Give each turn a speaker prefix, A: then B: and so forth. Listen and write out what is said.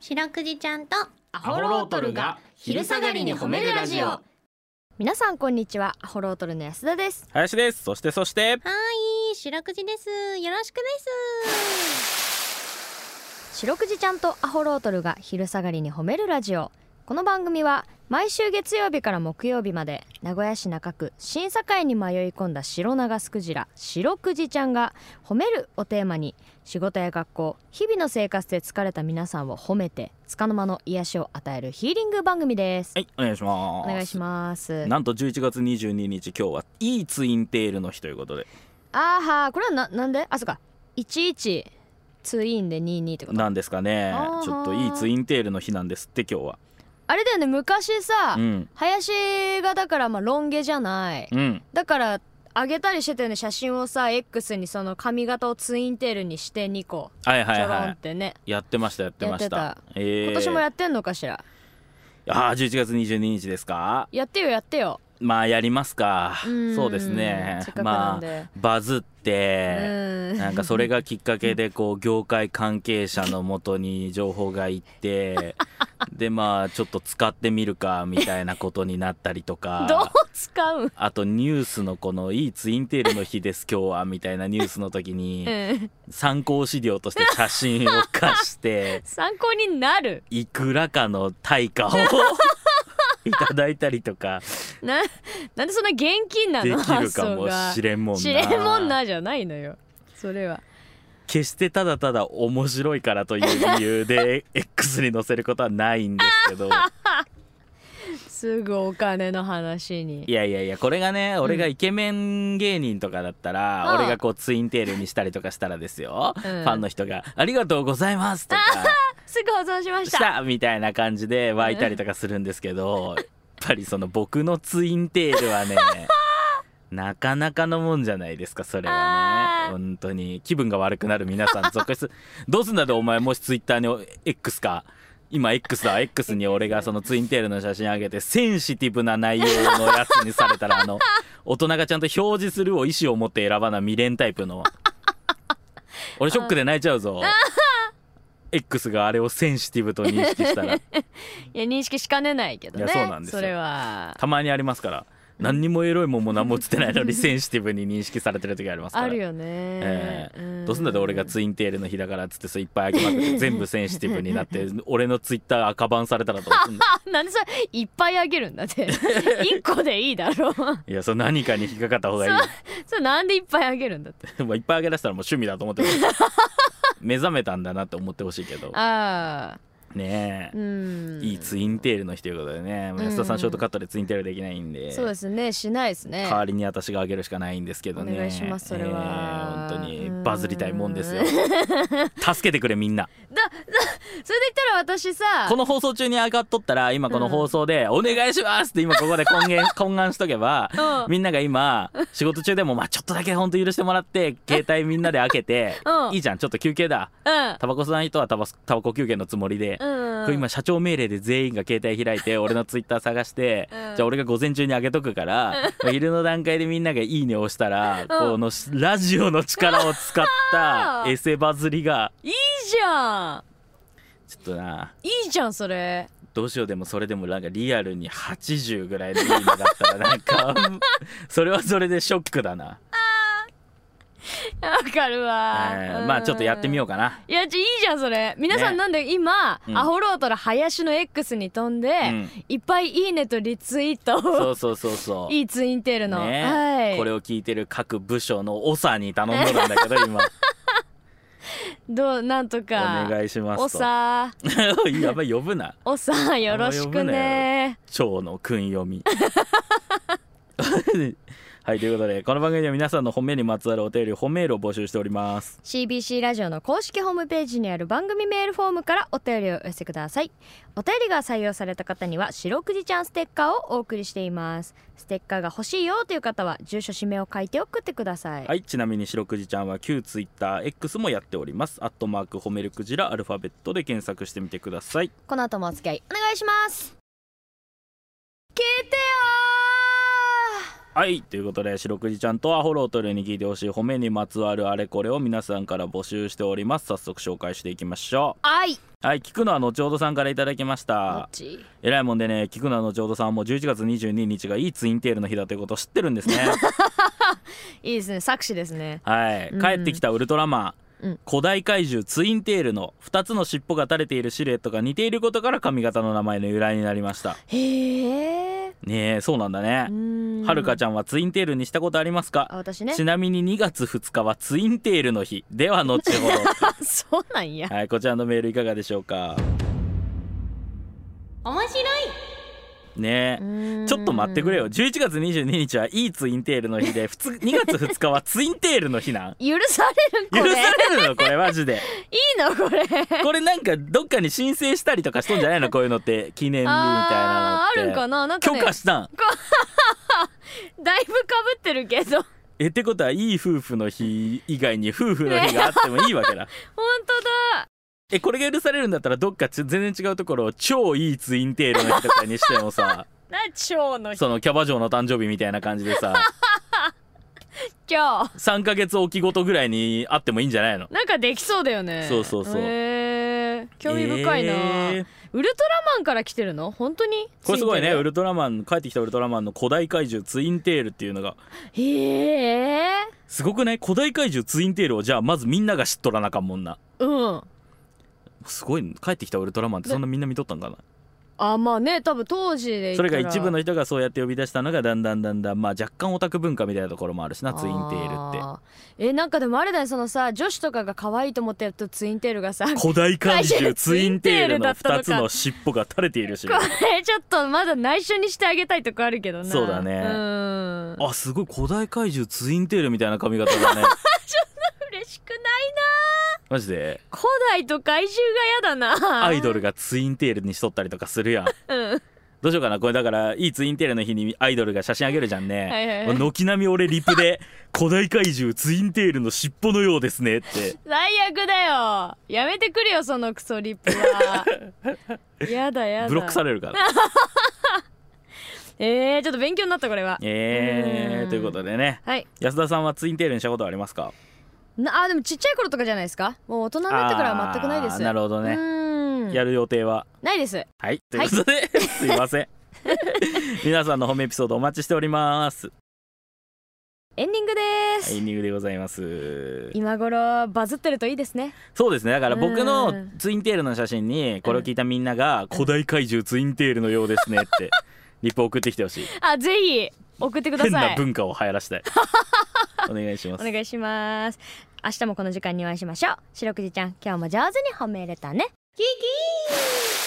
A: 白くじちゃんとア
B: ホロートルが昼下がりに褒めるラジオ
C: 皆さんこんにちはアホロートルの安田です
D: 林ですそしてそして
A: いい白くじですよろしくです
C: 白くじちゃんとアホロートルが昼下がりに褒めるラジオこの番組は毎週月曜日から木曜日まで名古屋市中区審査会に迷い込んだ白長スクジラ白くじちゃんが褒めるをテーマに仕事や学校日々の生活で疲れた皆さんを褒めて束の間の癒しを与えるヒーリング番組です、
D: はいお願いします
C: お願いします
D: なんと11月22日今日はいいツインテールの日ということで
C: あーはーこれはななんであそっか11ツインで22ってこと
D: なんですかね
C: あー
D: ちょっといいツインテールの日なんですって今日は
C: あれだよね昔さ、
D: うん
C: 林がだからまあロン毛じゃない
D: うん
C: だからあげたりしてたよね写真をさ X にその髪型をツインテールにして2個
D: はいは
C: ち
D: い
C: ょろん
D: は
C: ってね、
D: いやってましたやってました
C: やって
D: えー
C: 今年もやってんのかしら
D: あー11月22日ですか
C: やってよやってよ
D: まあやりますか
C: ん
D: そうですね
C: せっかくなん
D: まあ
C: で、
D: バズって
C: うん
D: なんかそれがきっかけでこう業界関係者のもとに情報がいって でまあちょっと使ってみるかみたいなことになったりと
C: どう
D: か。
C: 使うん、
D: あとニュースのこの「いいツインテールの日です今日は」みたいなニュースの時に
C: うん、
D: 参考資料として写真を貸 して
C: 参考になる
D: いくらかの対価を いただいたりとか
C: ななんでそんな現金な
D: で
C: の
D: きるかもしれんもんな
C: 知れんもんなじゃないのよそれは
D: 決してただただ面白いからという理 由で X に載せることはないんですけど
C: すぐお金の話
D: い
C: に
D: やいやいやこれがね俺がイケメン芸人とかだったら、
C: うん
D: 俺がこうツインテールにしたりとかしたらですよ、
C: ん
D: ファンの人が「ありがとうございます」とか
C: すぐ保存しま
D: 「
C: し
D: したた」みたいな感じで湧いたりとかするんですけどやっぱりその僕のツインテール はねなかなかのもんじゃないですかそれは
C: あー
D: ね本当に気分が悪くなる皆さん続出どうすんだろうお前もしツイッターに X か今 X だ X に俺がそのツインテールの写真上げてセンシティブな内容のやつにされたらあ の大人がちゃんと表示するを意思を持って選ばな未練タイプの俺ショックで泣いちゃ うぞ X があれをセンシティブと認識したら
C: いや認識しかねないけどね
D: いやそうなんですよ
C: れは
D: たまにありますから何にもエロいもんも何も映ってない のにセンシティブに認識されてる時ありますから
C: あるよ
D: え
C: ね、
D: えどうすんだって俺がツインテールの日だからっつってそれいっぱい開けまくって全部センシティブに なって俺のツイッター赤バンされたらどうすんだ
C: あなんでそれいっぱいあげるんだって 一個でいいだろう
D: いやそれ何かに引っかかった方がいい
C: それなんでいっぱいあげるんだって
D: でもいっぱいあげ出したらもう趣味だと 思ってる目覚めたんだなって思ってほしいけど
C: ああ
D: ね
C: う
D: え、
C: ん
D: いいツインテールの日ということでね
C: ん
D: 安田さんショートカットでツインテールできないんで
C: そうですねしないですね
D: 代わりに私があげるしかないんですけどね
C: お願いしますそれは
D: ええ本当
C: うん
D: にバズりたいもんですよ助けてくれみ んな
C: それで言ったら私さ
D: この放送中に上がっとったら今この放送で「お願いします!」って今ここで懇 願懇願しとけば
C: うん
D: みんなが今仕事中でもまあちょっとだけ本当許してもらって携帯みんなで開けて
C: うん
D: いいじゃんちょっと休憩だタバコ吸わない人はタバスタバコ休憩のつもりで
C: う。ん、
D: こ
C: う
D: れ
C: ん、
D: 今社長命令で全員が携帯開 いて俺のツイッター探して、
C: うん
D: じゃあ俺が午前中に上げとくから、まあ昼の段階でみんなが「いいね」を押したら、このしラジオの力を使ったエセバズりが
C: いいじゃん
D: ちょっとない
C: いじゃんそれ
D: どうしようでもそれでもなんかリアルに80ぐらいのいいねだったらな んかそれはそれでショックだな、
C: わかるわ、
D: えーまあちょっとやってみようかない
C: やちいいじゃんそれ皆さん
D: ね
C: なんで今、
D: うん
C: アホロートの林の X に飛んで、
D: ん
C: いっぱいいいねとリツイート
D: そ
C: を
D: うそうそうそ う
C: いいツインテールの、
D: ね
C: はい
D: これを聞いてる各部署の長に頼んどるんだけど今
C: どうなんとか
D: お願いしま
C: お
D: すと
C: さ
D: やばい呼ぶな
C: おさよろしくね
D: 蝶の訓読み はいということでこの番組では皆さんの褒めにまつわるお便り褒めールを募集しております
C: CBC ラジオの公式ホームページにある番組メールフォームからお便りをお寄せくださいお便りが採用された方には白くじちゃんステッカーをお送りしていますステッカーが欲しいよという方は住所氏名を書いて送ってください
D: はいちなみに白くじちゃんは旧ツイッター X もやっておりますアットマーク褒めるクジラアルファベットで検索してみてください
C: この後もお付き合いお願いします聞いてよ
D: はいということで白くじちゃんとアホロートルに聞いてほしい褒めにまつわるあれこれを皆さんから募集しております早速紹介していきましょ
C: はい。
D: うはい聞くのは後ほどさんからいただきましたえらいもんでね聞くのは後ほどさんはもう11月22日がいいツインテールの日だということを知ってるん ですね
C: いいですね。作詞ですね。
D: はい
C: うん
D: 帰ってきたウルトラマン、
C: うん
D: 古代怪獣ツインテールの2つの尻尾が垂れているシルエットが似ていることから髪型の名前の由来になりました
C: へえ。
D: ねえそうなんだねは
C: は
D: るかち
C: ゃん。
D: ゃんはツインテールにしたことありますか
C: あ、私ね
D: ち。なみに2月2日はツインテールの日では後ほど
C: そうなん や。
D: はいこちらのメールいかがでしょうか
B: 面白い
D: ねえちょっと待ってくれよ。11月22日はいいツインテールの日でふつ2月2日はツインテールの日なん
C: 許されるこ
D: 許さ
C: れ。い
D: れるのこれマ ジで
C: いのこれ。
D: これなんかどっかに申請したりとかしとんじゃないのこういうのって記念日みたいなの
C: あ
D: っ
C: ー
D: て
C: あるんかな。なんか
D: 許
C: ね。
D: 可したん
C: だいぶ被ってるけど。
D: えってことはいい夫婦の日以外に夫婦の日があってもいいわけだ
C: 本当だ。
D: えこれが許されるんだったらどっかち全然違うところを超いいツインテールの日とかにしても さ
C: な蝶の
D: そのキャバ嬢の誕生日みたいな感じでさ
C: 今日。
D: 3ヶ月おきごとぐらいにあってもいいんじゃないの
C: なんかできそうだよね。
D: そうそうそう
C: へえ。興味深いな。
D: えー
C: ウルトラマンから来てるの？本当に？
D: これすごいねウ
C: ル。
D: ルトラマン帰ってきたウルトラマンの古代怪獣ツインテールっていうのが
C: へえ。
D: すごくない古代怪獣ツインテールをじゃあまずみんなが知っとらなあかんもんな
C: うん。
D: すごい帰ってきたウルトラマンってそんなみんな見とったんかな
C: あまあね多分当時で言った
D: それ
C: ら
D: が一部の人がそうやって呼び出したのがだんだんだんだんまあ若干オタク文化みたいなところもあるしなツインテールって
C: あーえなんかでもあれだよそのさ女子とかが可愛いと思ってやったツインテールが さこ
D: 古代怪獣ツインテールの2つの尻尾が垂れているし
C: れちょっとまだ内緒にしてあげたいとこあるけどな
D: そうだね
C: うん
D: あすごい古代怪獣ツインテールみたいな髪型だね
C: 嬉しくない
D: マジ で
C: 古代と怪獣がやだな
D: アイドルがツインテールにしとったりとかするやん
C: うん
D: どうしようかなこれだからいいツインテールの日にアイドルが写真あげるじゃんね
C: はいはいはい
D: 軒並み俺リプで「古代怪獣ツインテールの尻尾のようですね」って
C: 最悪だよやめてくれよそのクソリップ はやだやだ
D: ブロックされるから
C: えー、ちょっと勉強になったこれは
D: え
C: う
D: ー、
C: ん
D: ということでね
C: はい
D: 安田さんはツインテールにしたことはありますか
C: なあでもちっちゃい頃とかじゃないですかもう大人になってからは全くないです
D: あーなるほどね
C: うん
D: やる予定は
C: ないです
D: はいということで、すいません 皆さんのホームエピソードお待ちしております
C: エンディングで
D: エ
C: す
D: ンディングでございます
C: 今頃バズってるといいですね
D: そうですねだから僕
C: う
D: の
C: ん
D: ツインテールの写真にこれを聞いたみんなが「古代怪獣ツインテールのようですね」ってリップ送ってきて ほしい
C: あぜひ送ってくだ
D: 変
C: さ
D: ない文化を流行らしたいお願いします
C: お願いします明日もこの時間にお会いしましょう白くじちゃん今日も上手に褒めれたね
B: キキー